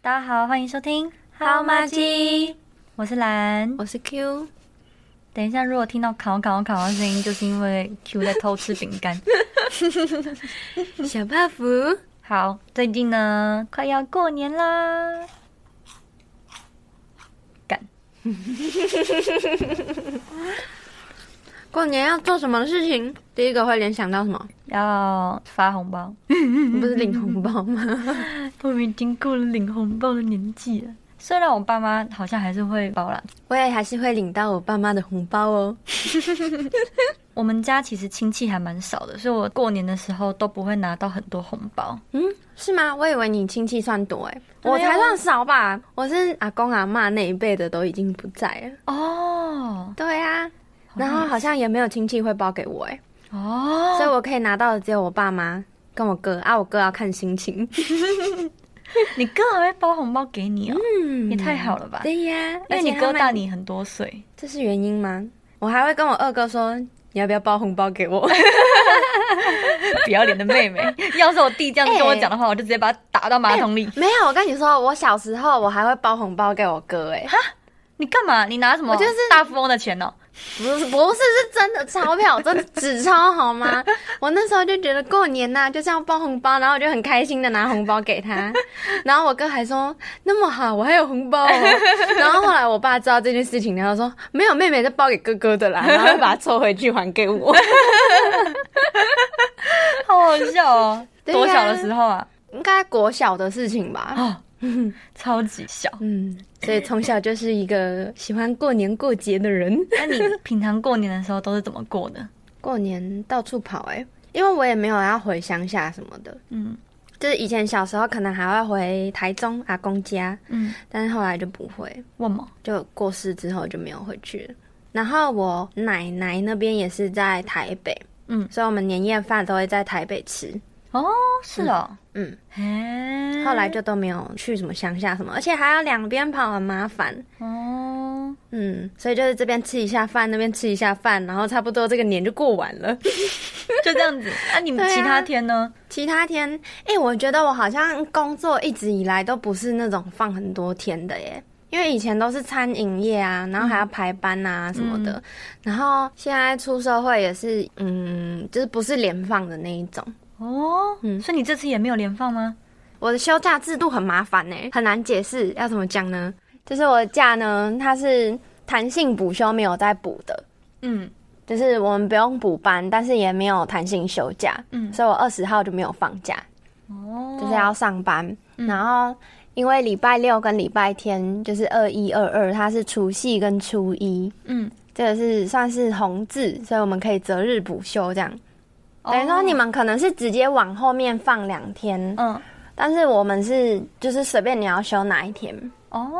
大家好，欢迎收听《好麻吉》，我是兰。我是 Q，等一下，如果听到烤烤烤的声音， 就是因为 Q 在偷吃饼 干。小泡芙，好，最近呢，快要过年啦，干过年要做什么事情？第一个会联想到什么？要发红包，嗯不是领红包吗？ 我们已经过了领红包的年纪了。虽然我爸妈好像还是会包啦，我也还是会领到我爸妈的红包哦。我们家其实亲戚还蛮少的，所以我过年的时候都不会拿到很多红包。嗯，是吗？我以为你亲戚算多哎，没有我啊才算少吧。我是阿公阿妈那一辈的都已经不在了。哦对啊，然后好像也没有亲戚会包给我哎，哦，所以我可以拿到的只有我爸妈跟我哥啊，我哥要看心情。你哥还会包红包给你哦，嗯也太好了吧？对呀， 因为而且你他哥们大你很多岁， 这是原因吗？我还会跟我二哥说，你要不要包红包给 我？不要脸的妹 妹。要是我弟这样子跟我讲的话，我就直接把他打到马桶里。没有，我跟你说，我小时候我还会包红包给我哥、哎，你干嘛？你拿什么？我就是大富翁的钱哦。不是不是是真的钞票， 真的纸钞好吗？我那时候就觉得过年呐、就是要包红包，然后我就很开心的拿红包给 他，然后我哥还说那么好，我还有红包哦。 然后后来我爸知道这件事情，然后说没有，妹妹在包给哥哥的啦，然后就把它凑回去还给我。 好好笑哦！对呀多小的时候啊？ 应该国小的事情 吧。哦，超级小。嗯，所以从小就是一个喜欢过年过节的人。 那你平常过年的时候都是怎么过的？过年到处跑哎、因为我也没有要回乡下什么的，嗯就是以前小时候可能还会回台中阿公家，嗯，但是后来就不会，问吗？就过世之后就没有回去了。然后我奶奶那边也是在台北，嗯，所以我们年夜饭都会在台北吃。哦，是哦。嗯，嘿，后来就都没有去什么乡下什么，而且还要两边跑，很麻烦。哦，嗯，所以就是这边吃一下饭，那边吃一下饭，然后差不多这个年就过完了。就这样子。那你们对啊其他天呢？ 其他天，哎、我觉得我好像工作一直以来都不是那种放很多天的耶，因为以前都是餐饮业啊，然后还要排班啊什么的，然后现在出社会也是，嗯，就是不是连放的那一种。哦，所以你这次也没有连放吗？我的休假制度很麻烦呢，很难解释，要怎么讲呢？就是我的假呢，它是弹性补休，没有再补的。嗯，就是我们不用补班，但是也没有弹性休假，嗯所以我二十号就没有放假，哦，嗯就是要上班。然后因为礼拜六跟礼拜天就是二一二二，它是除夕跟初一，嗯，这个是算是红字，所以我们可以择日补休这样。等于说哦你们可能是直接往后面放两天，嗯但是我们是就是随便你要休哪一天。哦，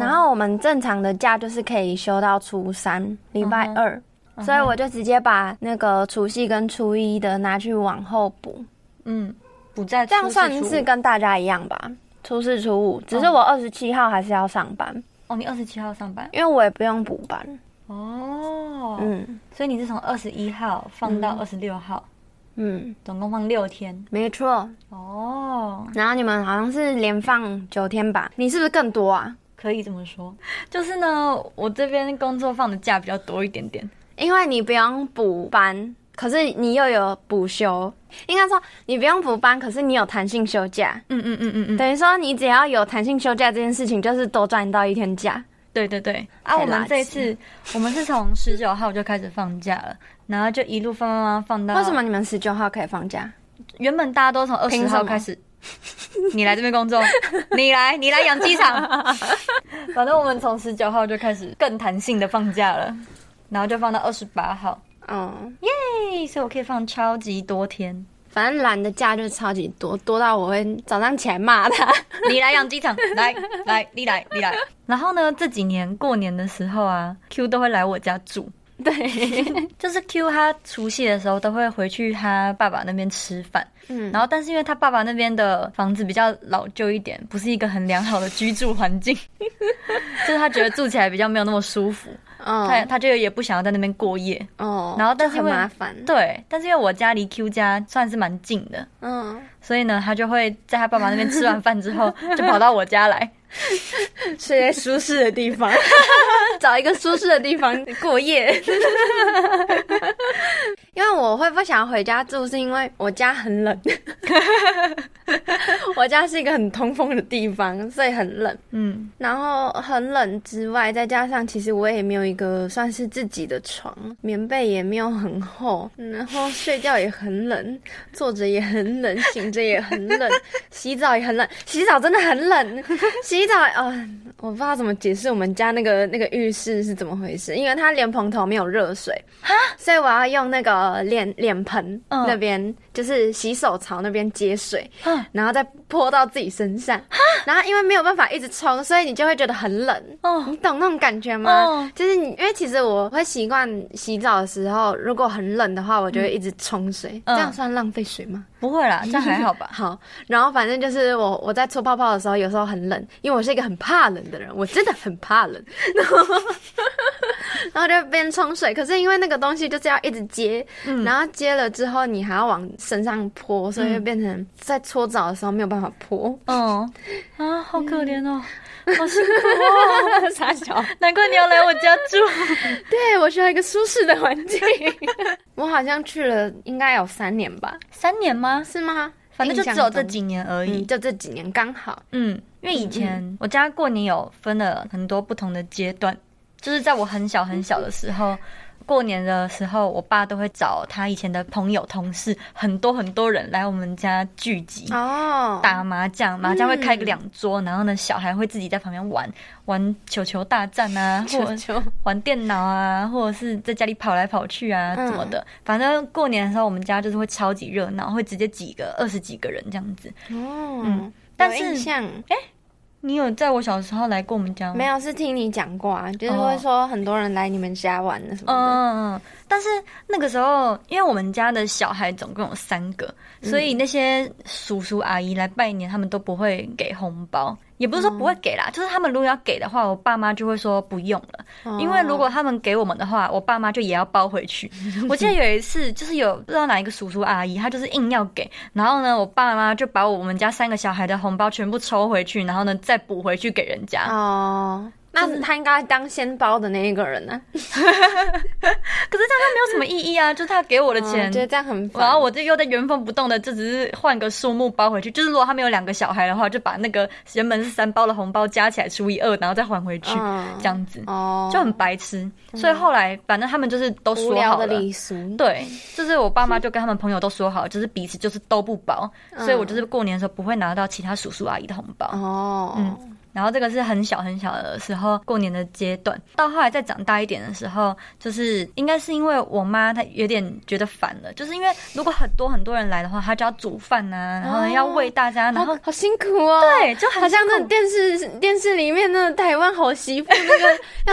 然后我们正常的假就是可以休到初三，礼拜嗯哼二。所以我就直接把那个除夕跟初一的拿去往后补，嗯，不在这样初四算初五是跟大家一样吧。初四、初五，只是我嗯二十七号还是要上班，哦，你二十七号上班因为我也不用补班。哦，嗯所以你是从二十一号放到二十六号，嗯，总共放六天没错。哦，然后你们好像是连放九天吧？你是不是更多啊？可以这么说。就是呢，我这边工作放的假比较多一点点，因为你不用补班，可是你又有补休，应该说你不用补班，可是你有弹性休假。嗯嗯嗯嗯嗯，等于说，你只要有弹性休假这件事情，就是多赚到一天假。对对对。啊，太我们垃这圾次我们是从十九号就开始放假了，然后就一路放放放放到为什么你们十九号可以放假？原本大家都从二十凭什号么开始， 你来这边工作， 你来，你来养鸡场。 反正我们从十九号就开始更弹性的放假了，然后就放到二十八号，嗯，嘿，所以我可以放超级多天。反正懒的假就超级多，多到我会早上起来骂他。你来养鸡 场，来来，你来你来。然后呢，这几年过年的时候啊，Q 都会来我家住， 对，就是 Q 他除夕的时候都会回去他爸爸那边吃饭， 嗯，然后但是因为他爸爸那边的房子比较老旧一点， 不是一个很良好的居住环境，就是他觉得住起来比较没有那么舒服，他嗯，他就也不想要在那边过夜。哦，然后但是就因为很麻烦，对，但是因为我家离 Q 家算是蛮近的，嗯，所以呢，他就会在他爸爸那边吃完饭之后，就跑到我家来。 睡在舒适的地 方，找一个舒适的地方过夜。 因为我会不想回家住，是因为我家很 冷，我家是一个很通风的地方，所以很冷。嗯，然后很冷之外，再加上其实我也没有一个算是自己的床，棉被也没有很 厚，然后睡觉也很冷，坐着也很冷，醒着也很冷， 洗澡也很冷，洗澡真的很冷， 洗澡啊、呃我不知道怎么解释我们家那个那个浴室是怎么回事，因为它莲蓬头没有热水，所以我要用那个脸脸盆嗯那边，就是洗手槽那边接水，嗯然后再泼到自己身上，然后因为没有办法一直冲，所以你就会觉得很冷。哦，你懂那种感觉吗哦就是你，因为其实我会习惯洗澡的时候，如果很冷的话，我就会一直冲水，嗯这样算浪费水吗？不会啦，这样还好吧？好，然后反正就是我我在搓泡泡的时候，有时候很冷，因为我是一个很怕冷的人，我真的很怕冷， 然后然后就边冲水，可是因为那个东西就是要一直接，嗯然后接了之后你还要往身上泼，所以就变成在搓澡的时候没有办法泼，嗯，啊，好可怜哦，好 辛苦哦， 傻笑。难怪你要来我家住。对我需要一个舒适的环境， 我好像去了应该有三年吧，三年吗？是吗？反正就印象只有这中，几年而已嗯，。就这几年刚好，嗯，因为以前我家过年有分了很多不同的阶段，就是在我很小很小的时 候，过年的时候，我爸都会找他以前的朋友、同事，很多很多人来我们家聚集。哦，打麻将，麻将会开个两桌，然后呢，小孩会自己在旁边玩玩球球大战 啊，或球球，玩电脑啊，或者是在家里跑来跑去啊，嗯怎么的。反正过年的时候，我们家就是会超级热闹，会直接几个二十几个人这样子。哦，嗯但有是哎印象。你有在我小时候来过我们家吗？没有，是听你讲过啊，就是哦会说很多人来你们家玩的什么的。嗯，嗯，但是那个时候，因为我们家的小孩总共有三个，所以那些叔叔阿姨来拜年，他们都不会给红包，也不是说不会给啦，就是他们如果要给的话，我爸妈就会说不用了，哦嗯因为如果他们给我们的话，我爸妈就也要包回去。我记得有一次，就是有不知道哪一个叔叔阿姨，他就是硬要给，然后呢，我爸妈就把我们家三个小孩的红包全部抽回去，然后呢再补回去给人家。哦，那他应该当先包的那一个人啊呢、可是这样就没有什么意义啊，就是他给我的啊？钱，我觉得这样很烦。然后我就又在原封不动的，就只是换个数目包回去。就是如果他们有两个小孩的话，就把那个原本是三包的红包加起来除以二，然后再还回去，嗯这样子哦，就很白痴。所以后来反正他们就是都无说聊好的了。礼俗。对，就是我爸妈就跟他们朋友都说好，就是彼此就是都不包，所以嗯我就是过年的时候不会拿到其他叔叔阿姨的红包。哦，嗯然后这个是很小很小的时候过年的阶段，到后来再长大一点的时候，就是应该是因为我妈她有点觉得烦了，就是因为如果很多很多人来的话，她就要煮饭呐、然后哦要喂大家，然后好好辛苦哦。啊对，就好很 像辛那苦电视电视里面那个台湾好媳妇那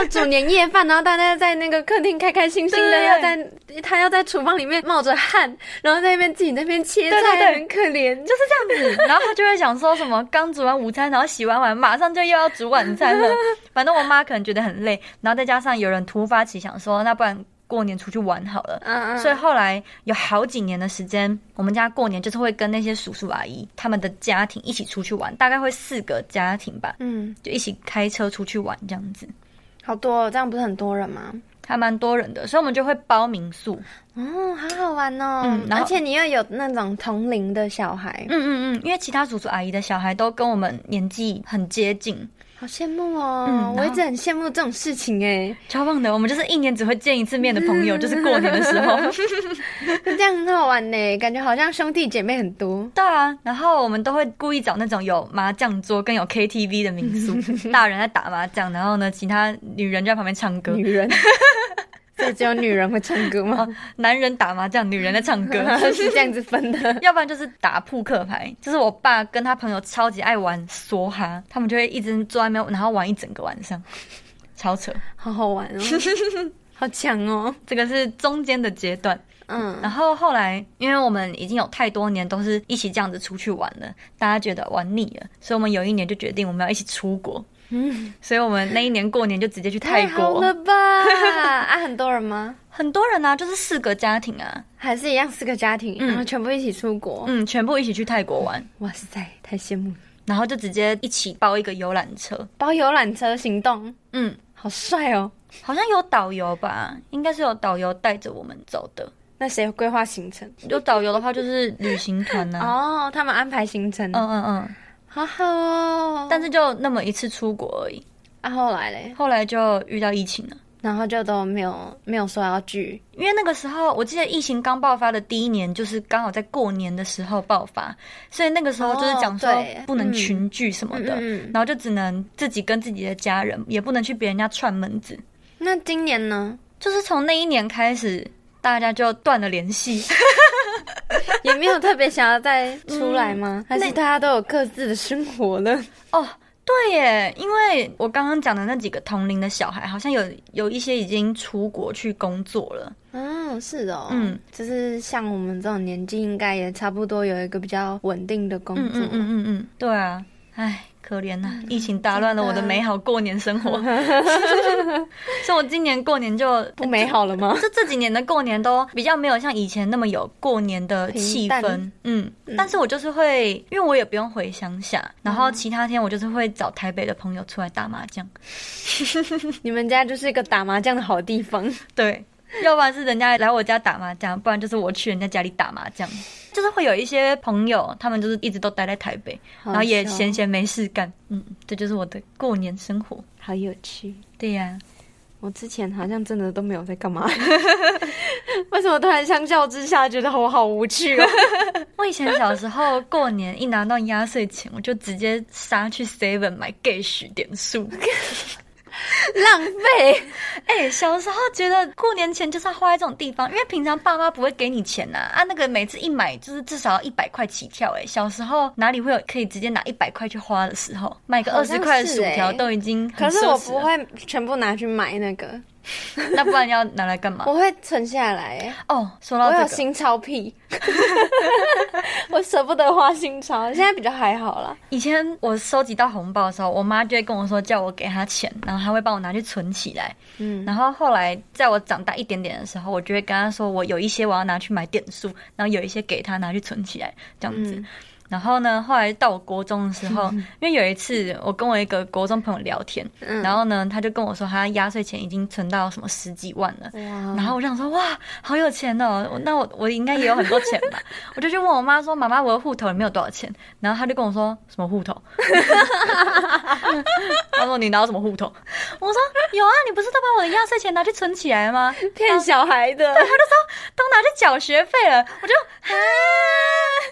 个要煮年夜饭，然后大家在那个客厅开开心心的，对要在他要在厨房里面冒着汗，然后在那边自己那边切对对菜，对很可怜。就是这样子，然后她就会想说什么刚煮完午餐，然后洗完碗，马上就又要煮晚餐 了。反正我妈可能觉得很累，然后再加上有人突发奇想说，那不然过年出去玩好了，嗯嗯，所以后来有好几年的时间，我们家过年就是会跟那些叔叔阿姨他们的家庭一起出去玩，大概会四个家庭吧，嗯，就一起开车出去玩这样子，好多、哦，这样不是很多人吗？还蛮多人的，所以我们就会包民宿。哦，好好玩哦！嗯然而后且你又有那种同龄的小孩，嗯嗯嗯，因为其他叔叔阿姨的小孩都跟我们年纪很接近，好羡慕哦！嗯然后我一直很羡慕这种事情哎，超棒的。我们就是一年只会见一次面的朋友，就是过年的时 候。这样很好玩呢，感觉好像兄弟姐妹很多。对啊，然后我们都会故意找那种有麻将桌跟有 KTV 的民 宿，大人在打麻将，然后呢，其他女人就在旁边唱歌。女 人，所以只有女人会唱歌吗？男人打麻将，女 人在唱歌， 是这样子分 的。要不然就是打扑克牌。就是我爸跟他朋友超级爱玩梭哈，他们就会一直坐在那边，然后玩一整个晚上， 超扯。 好好玩哦，好强哦！这个是中间的阶段，嗯然后后来，因为我们已经有太多年都是一起这样子出去玩了，大家觉得玩腻了，所以我们有一年就决定我们要一起出国。嗯， 所以我们那一年过年就直接去泰太好国，了吧？啊，很多人吗？很多人啊，就是四个家庭啊，还是一样四个家庭，嗯然后全部一起出国。嗯，全部一起去泰国玩，哇塞，太羡慕了！然后就直接一起包一个游览车，包游览车行动，嗯，好帅哦！好像有导游吧，应该是有导游带着我们走的。那谁规划行程？有导游的话就是旅行团呐、哦，他们安排行程，嗯嗯嗯，好好哦。但是就那么一次出国而已，啊，后来嘞，后来就遇到疫情了。然后就都没有没有说要聚，因为那个时候，我记得疫情刚爆发的第一年，就是刚好在过年的时候爆发，所以那个时候就是讲说哦对不能群聚什么的，嗯嗯嗯然后就只能自己跟自己的家人，也不能去别人家串门子。那今年呢，就是从那一年开始，大家就断了联系。也没有特别想要再出来吗？还是大家都有各自的生活了？哦，对耶，因为我刚刚讲的那几个同龄的小孩，好像有有一些已经出国去工作了。嗯，是哦，嗯，就是像我们这种年纪，应该也差不多有一个比较稳定的工嗯作。嗯嗯嗯嗯，对啊，唉，可怜呐、疫情打乱了我的美好过年生 活，所以我今年过年就不美。好了 吗？这这几年的过年都比较没有像以前那么有过年的气平氛淡，嗯，嗯但是我就是会，因为我也不用回乡下，然后其他天我就是会找台北的朋友出来打麻将，你们家就是一个打麻将的好地 方。对，要不然是人家来我家打麻将，不然就是我去人家家里打麻将，就是会有一些朋友，他们就是一直都待在台北，好然后也笑闲闲没事干，嗯，这就是我的过年生活。好有趣。对呀、我之前好像真的都没有在干嘛，为什么突然相较之下觉得我好无 趣哦？ 我以前小时候过年一拿到压岁钱，我就直接杀去 Seven 买 Gage 点数。浪费。哎、小时候觉得过年前就是要花在这种地方，因为平常爸妈不会给你钱呐、啊。那个每次一买就是至少要一百块起跳、哎，小时候哪里会有可以直接拿一百块去花的时候？买个好二像十是块的薯条哎都已经很可是奢我侈啊不了，会全部拿去买那个， 那不然要拿来干嘛？我会存下来。欸哦，说到我有这个，新 钞癖， 我舍不得花新钞，现在比较还好啦。以前我收集到红包的时候，我妈就会跟我说叫我给她钱，然后她会帮我拿去存起来。嗯，然后后来在我长大一点点的时候，我就会跟他说，我有一些我要拿去买点数，然后有一些给他拿去存起来，这样子。嗯然后呢，后来到我国中的时候，因为有一次我跟我一个国中朋友聊天，嗯然后呢，他就跟我说他压岁钱已经存到什么十几万了。哇，然后我就想说，哇，好有钱哦！我那我我应该也有很多钱吧？我就去问我妈说，妈妈，我的户头里面有多少钱？然后她就跟我说，什么户头？她说你拿到什么户头？我说有啊，你不是都把我的压岁钱拿去存起来吗？骗小孩的，都拿去缴学费了。我就啊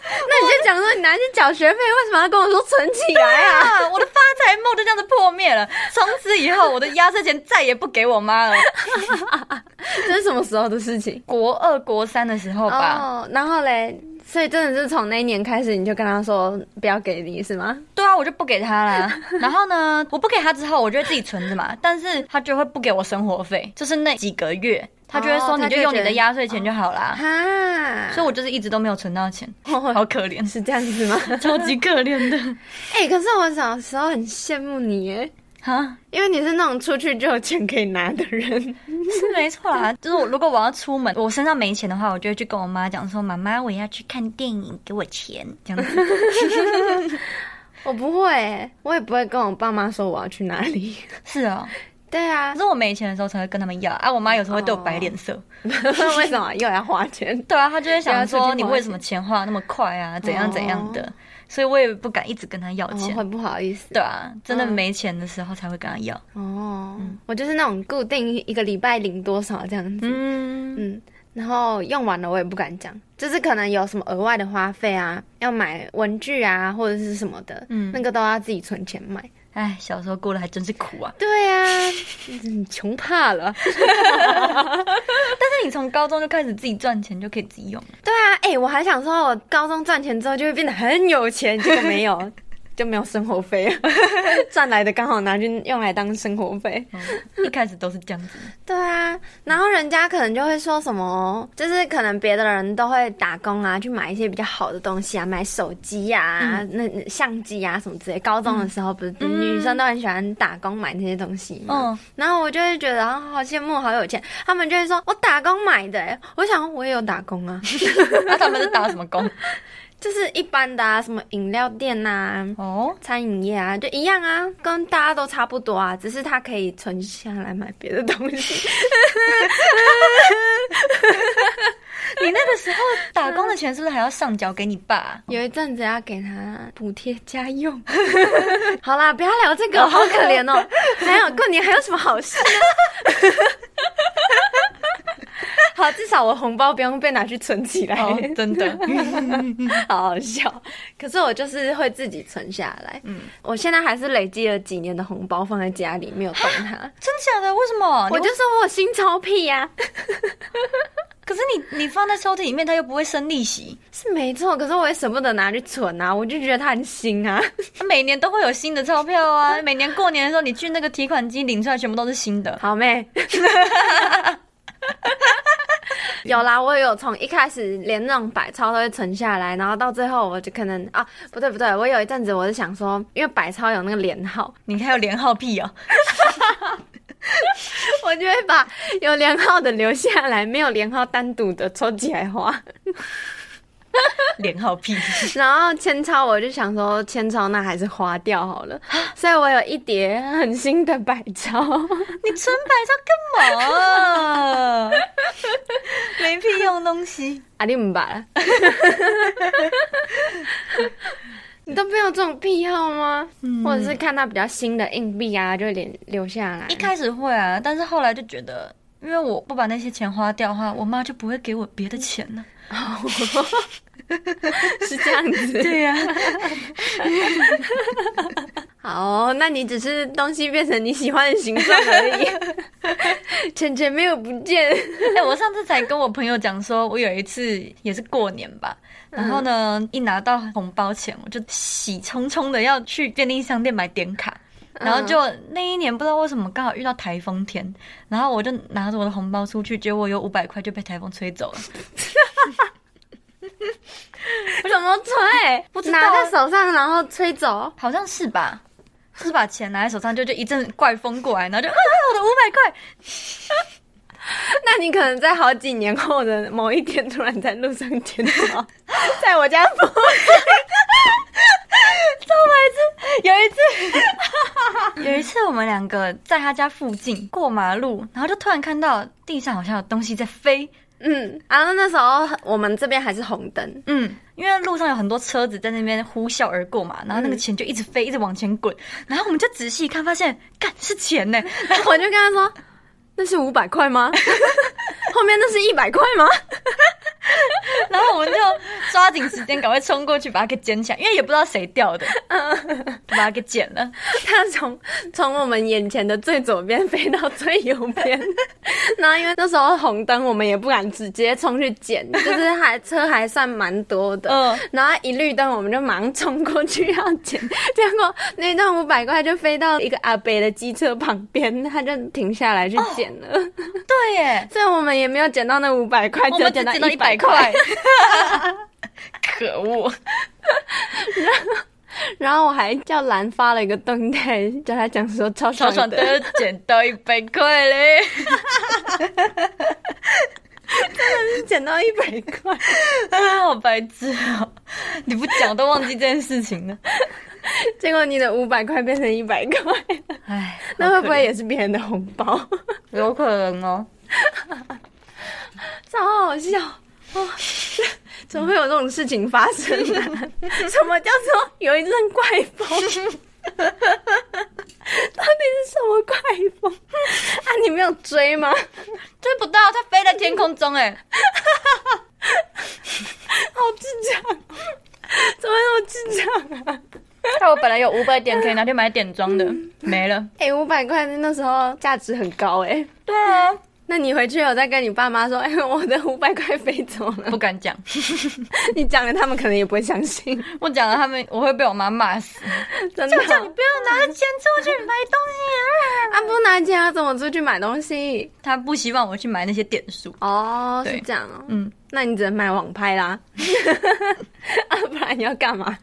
那你就讲说你拿去缴学费，为什么要跟我说存起来啊？啊，我的发财梦就这样子破灭了。从此以后，我的压岁钱再也不给我妈了。 这是什么时候的事情？国二、国三的时候吧。啊哦，然后嘞，所以真的是从那一年开始，你就跟他说不要给你是吗？对啊，我就不给他 啦。然后呢，我不给他之后，我就会自己存着嘛。但是他就会不给我生活费，就是那几个月，他就会说哦你他就就用你觉的得压岁钱就好啦。哈，所以我就是一直都没有存到钱，我，好可怜哦是这样子吗？超级可怜 的。 哎、可是我小时候很羡慕你耶，啊，因为你是那种出去就有钱可以拿的人。是没错啦。就是我如果我要出门，我身上没钱的话，我就会去跟我妈讲说：“妈妈，我要去看电影，给我钱。”这样 子。我不会耶，我也不会跟我爸妈说我要去哪里。是啊、对啊可，是我没钱的时候才会跟他们要啊。我妈有时候会对我摆脸色。 为什么又要花钱？对啊，他就会想要出去说花你为什么钱花那么快啊，怎样怎样的，所以我也不敢一直跟他要哦，钱。会不好意思。对啊，真的没钱的时候才会跟他要。哦，我就是那种固定一个礼拜领多少这样子。嗯，嗯，然后用完了我也不敢讲，就是可能有什么额外的花费啊，要买文具啊或者是什么的，嗯那个都要自己存钱买。哎，小时候过得还真是苦啊。对 呀、啊，嗯穷怕了。但是你从高中就开始自己赚钱，就可以自己用了。 对啊，哎、我还想说，我高中赚钱之后就会变得很有钱，结果没有，就没有生活费 了，赚来的刚好拿去用来当生活费。嗯一开始都是这样子，对啊，然后人家可能就会说什么，就是可能别的人都会打工啊，去买一些比较好的东西啊，买手机啊、那那相机啊什么之类。高中的时候不是、嗯女生都很喜欢打工买那些东西吗？嗯，然后我就会觉得啊，好羡慕，好有钱。他们就会说我打工买的、欸，我想我也有打工啊， 那他们是打什么工？就是一般的啊，什么饮料店呐、啊。 哦，餐饮业啊，就一样啊，跟大家都差不多啊，只是他可以存下来买别的东西。你那个时候打工的钱是不是还要上缴给你 爸？有一阵子要给他补贴家用。 好啦，不要聊这个，好可怜哦。还有过年还有什么好事呢？ 好，至少我红包不用被拿去存起来，哦，真 的， 好好笑。可是我就是会自己存下来。嗯，我现在还是累积了几年的红包放在家里，没有动它。真假的？为什么？我啊你就说我有心超屁呀、 可是你你放在抽屉里面，它又不会生利息，是没错。可是我也舍不得拿去存啊，我就觉得它很新啊。它每年都会有新的钞票啊！每年过年的时候，你去那个提款机领出来，全部都是新的。好妹。 有啦，我有从一开始连那种百超都会存下来，然后到最后我就可能啊，不对不对，我有一阵子我是想说，因为百超有那个连号， 你还有连号屁哦！我就会把有连号的留下来，没有连号单独的抽起来花。 连号 屁，然后千超我就想说，千超那还是花掉好了， 所以我有一叠很新的百超。你存百兆干嘛？没屁用东西。啊，你唔 白，你都没有这种癖好吗？或者是看到比较新的硬币啊，就留留下来一。开始会啊，但是后来就觉得，因为我不把那些钱花掉的话，我妈就不会给我别的钱了。 是这样子。对呀、好哦，那你只是东西变成你喜欢的形状而已， 钱钱没有不 见。 哎、我上次才跟我朋友讲说，我有一次也是过年吧，然后呢，一拿到红包钱，我就喜冲冲的要去便利商店买点卡。然后就那一年不知道为什么刚好遇到台风天，然后我就拿着我的红包出去，结果有五百块就被台风吹走了。怎么吹？不知道啊拿在手上，然后吹走。好像是吧？是把钱拿在手上，就就一阵怪风过来，然后就啊，我的五百块！那你可能在好几年后的某一天，突然在路上捡到， 在我家附 有一次，有一次我们两个在他家附近过马路，然后就突然看到地上好像有东西在飞，嗯，啊，那那时候我们这边还是红灯， 嗯，因为路上有很多车子在那边呼啸而过嘛，然后那个嗯钱就一直飞，一直往前滚，然后我们就仔细看，发现，干是钱呢、 我就跟他说：“那是五百块吗？ 后面那是一百块吗 然后我们就抓紧时间，赶快冲过去把它给捡起来，因为也不知道谁掉的，就把它给捡 了。？”他从从我们眼前的最左边飞到最右边， 然后因为那时候红灯，我们也不敢直接冲去捡，就是还车还算蛮多的。嗯，然后一绿灯，我们就忙冲过去要捡， 结果那段五百块就飞到一个阿北的机车旁边，他就停下来去捡了，对耶，所以我们也没有捡到那五百块，我有们只捡捡到一一百百块。 可恶！然后我还叫兰发了一个动态，叫他讲说超小爽爽的，都捡到一百块嘞， 捡到一百 块，啊， 好白痴哦！你不讲都忘记这件事情了，结果你的五百块变成一百块， 哎，那会不会好也是别人的红包？ 可怜有可能哦？超好笑哦！ 怎么会有这种事情发生 啊？什么叫做有一阵怪风？到底是什么怪风？啊，你没有追吗？追不到，它飞在天空中，哎，好智障！怎么那么智障啊？ 但我本来有五百点可以拿嗯去买点装的，没了。哎、五百块那时候价值很高哎、对啊，那你回去有再跟你爸妈说，哎，我的五百块飞走了，不敢讲。 你讲了他们可能也不会相 信，我讲了他们，我会被我妈骂死。真的。叫你不要拿着钱出去买东西、啊，不拿钱要怎么出去买东西？啊。他不希望我去买那些点数。哦，是对这样哦。嗯，那你只能买网拍 啦，啊，不然你要干嘛？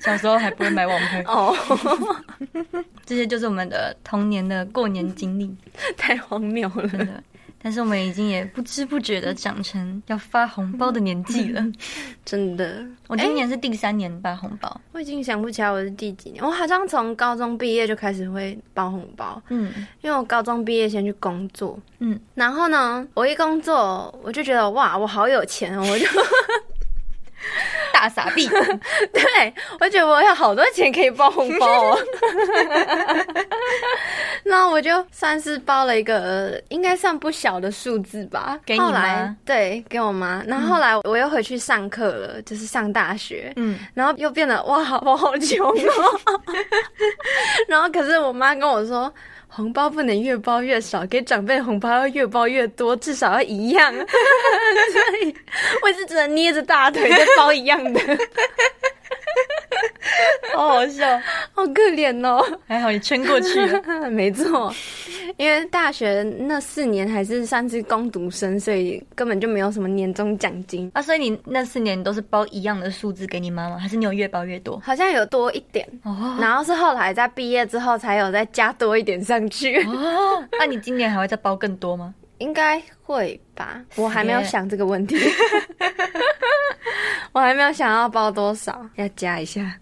小时候还不会买网 拍。哦， 这些就是我们的童年的过年经历，太荒谬真了。的。但是我们已经也不知不觉的长成要发红包的年纪了。真的，我今年是第三年发红包，我已经想不起来我是第几年。我好像从高中毕业就开始会包红包，嗯因为我高中毕业先去工作，嗯，然后呢，我一工作我就觉得哇，我好有钱哦，我就 大傻逼，对，我觉得我有好多钱可以包红包哦。 那我就算是包了一个，呃应该算不小的数字吧。给你妈后来对，给我妈。然后后来我又回去上课了，就是上大学。 嗯，然后又变得哇，我好穷哦。 然后可是我妈跟我说，红包不能越包越少，给长辈红包要越包越多，至少要一样。 所以我是只能捏着大腿在包一样的。 好好笑。好可怜哦。 还好你撑过去了。没错，因为大学那四年还是算是攻读生，所以根本就没有什么年终奖金，啊，所以你那四年都是包一样的数字给你妈妈，还是你有越包越多？好像有多一点。哦然后是后来在毕业之后才有再加多一点上去，哦， 那你今年还会再包更多吗？应该会吧？我还没有耶想这个问 题，我还没有想要包多少，要加一下。啊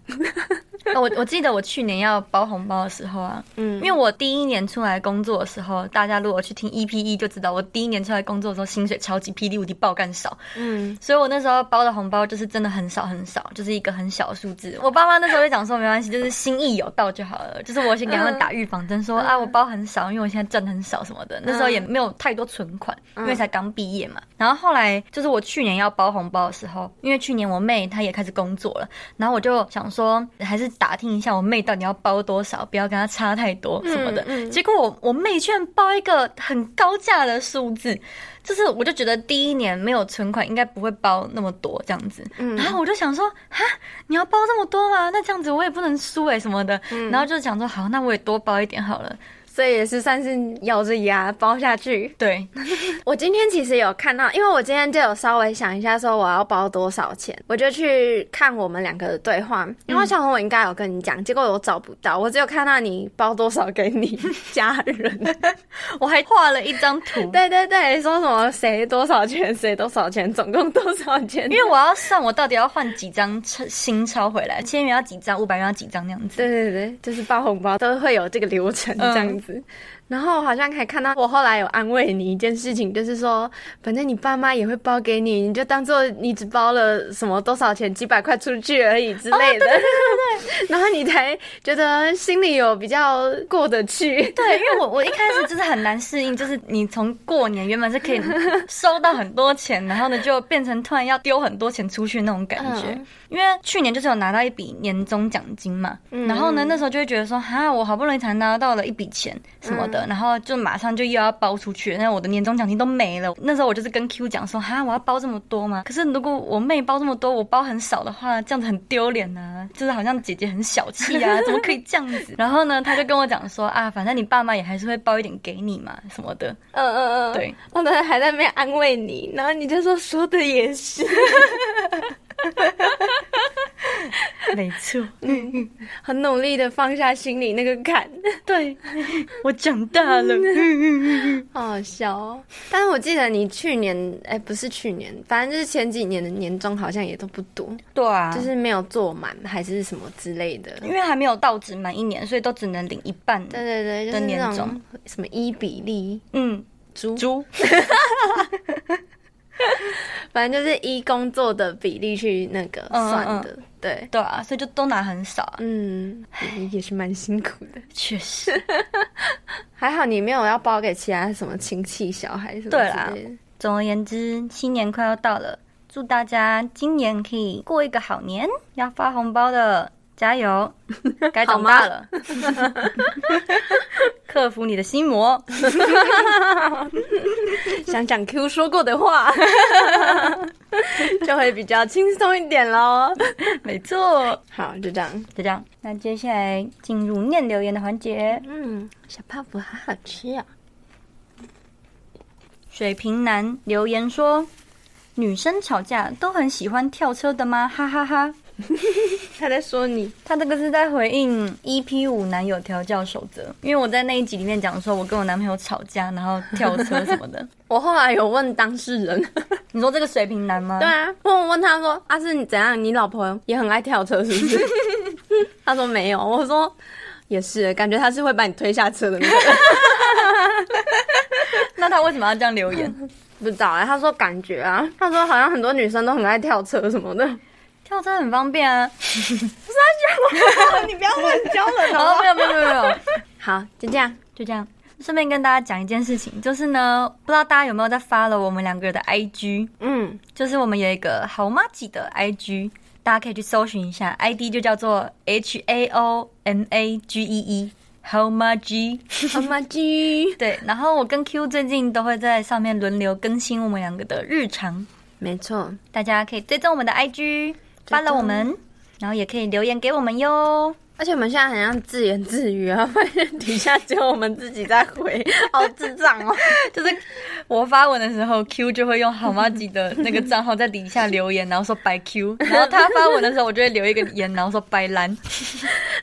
我我记得我去年要包红包的时候啊，嗯因为我第一年出来工作的时候，大家如果去听 EP 一就知道，我第一年出来工作的时候薪水超级霹雳无敌爆干少，嗯，所以我那时候包的红包就是真的很少很少，就是一个很小的数字。我爸妈那时候就讲说没关系，就是心意有到就好了。就是我先给他们打预防针，说啊我包很少，因为我现在赚很少什么的。那时候也没有太多存款，因为才刚毕业嘛。然后后来就是我去年要包红包的时候，因为去年我妹她也开始工作了，然后我就想说还是打听一下我妹到底要包多少，不要跟她差太多什么的。嗯嗯结果我我妹居然包一个很高价的数字，就是我就觉得第一年没有存款应该不会包那么多这样子，嗯然后我就想说哈，你要包这么多吗？那这样子我也不能输哎、什么的，嗯然后就想说好，那我也多包一点好了。所以也是算是咬着牙包下去。 对，我今天其实有看到，因为我今天就有稍微想一下，说我要包多少钱，我就去看我们两个的对话。因为小红我应该有跟你讲，结果我找不到，我只有看到你包多少给 你家人。 我还画了一张图，对对对，说什么谁多少钱，谁多少钱，总共多少钱？因为我要算我到底要换几张车新钞回来，千元要几张，五百元要几张那样子。对对对，就是包红包都会有这个流程嗯这样子。然后我好像还看到我后来有安慰你一件事情，就是说，反正你爸妈也会包给你，你就当做你只包了什么多少钱几百块出去而已之类的。 然后你才觉得心里有比较过得去。 对，因为我我一开始就是很难适应，就是你从过年原本是可以收到很多钱，然后呢就变成突然要丢很多钱出去那种感觉。嗯因为去年就是有拿到一笔年终奖金嘛，嗯然后呢那时候就会觉得说，哈，我好不容易才拿到了一笔钱什么的，然后就马上就又要包出去，那我的年终奖金都没了。那时候我就是跟 Q 讲说，哈，我要包这么多嘛？可是如果我妹包这么多，我包很少的话，这样子很丢脸啊，就是好像姐姐很小气 啊，怎么可以这样子？然后呢，他就跟我讲说，啊，反正你爸妈也还是会包一点给你嘛，什么 的。嗯嗯嗯，对。我当时还在那边安慰你，然后你就说说的也是，没错，很努力的放下心里那个坎。对，我长大了。嗯好好笑哦！但是我记得你去年，哎、不是去年，反正就是前几年的年终好像也都不多，对啊，就是没有做满还是什么之类的。因为还没有到职满一年，所以都只能领一半。对对对，就是的年那终种什么一比例嗯，猪，猪，反正就是依工作的比例去那个嗯算的。对，对啊，所以就都拿很少啊。嗯，也是蛮辛苦的。 确实，还好你没有要包给其他什么亲戚、小孩什么对啦之类的。总而言之，新年快要到了，祝大家今年可以过一个好年，要发 红包的加油，该长大了。克服你的心魔。想讲 Q 说过 的话， 就会比较轻松一点喽。没错，好，就这样。就这样。那接下来进入念留言的环节。嗯，小泡芙好好吃哦。水瓶男留言说：“女生吵架都很喜欢跳车的吗？哈哈哈他在说你，他这个是在回应 EP 五男友调教守则，因为我在那一集里面讲说，我跟我男朋友吵架，然后跳车什么 的。我后来有问当事 人，你说这个水瓶男吗？对啊，问问他说啊是你怎样？你老婆也很爱跳车是不 是？他说没有，我说也是，感觉他是会把你推下车的那 个。那他为什么要这样留言？不知道啊，他说感觉啊，他说好像很多女生都很爱跳车什么的。 跳车很方便啊。 你不要乱教人哦，没有没有没有没有， 好，就这样。就这样。顺便跟大家讲一件事情，就是呢，不知道大家有没有在 follow 我们两个人的 IG，嗯，就是我们有一个好妈吉的 IG，大家可以去搜寻一下，ID 就叫做 H A O M A G E E。好妈 G，好嘛，鸡。对，然后我跟 Q 最近都会在上面轮流更新我们两个的日常，没错，大家可以追踪我们的 IG，踪发了我们，然后也可以留言给我们哟。而且我们现在很像自言自语啊，发现底下只有我们自己在回，好智障哦。就是我发文的时候，Q 就会用好妈吉的那个账号在底下留言，然后说白 Q，然后他发文的时候，我就会留一个言，然后说白蓝，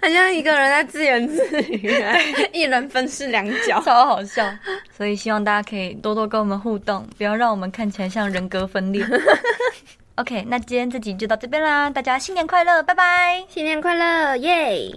很像一个人在自言自语、 啊，一人分饰两角。超好笑。所以希望大家可以多多跟我们互动，不要让我们看起来像人格分裂。OK，那今天这集就到这边啦，大家新年快乐，拜拜。新年快乐，耶、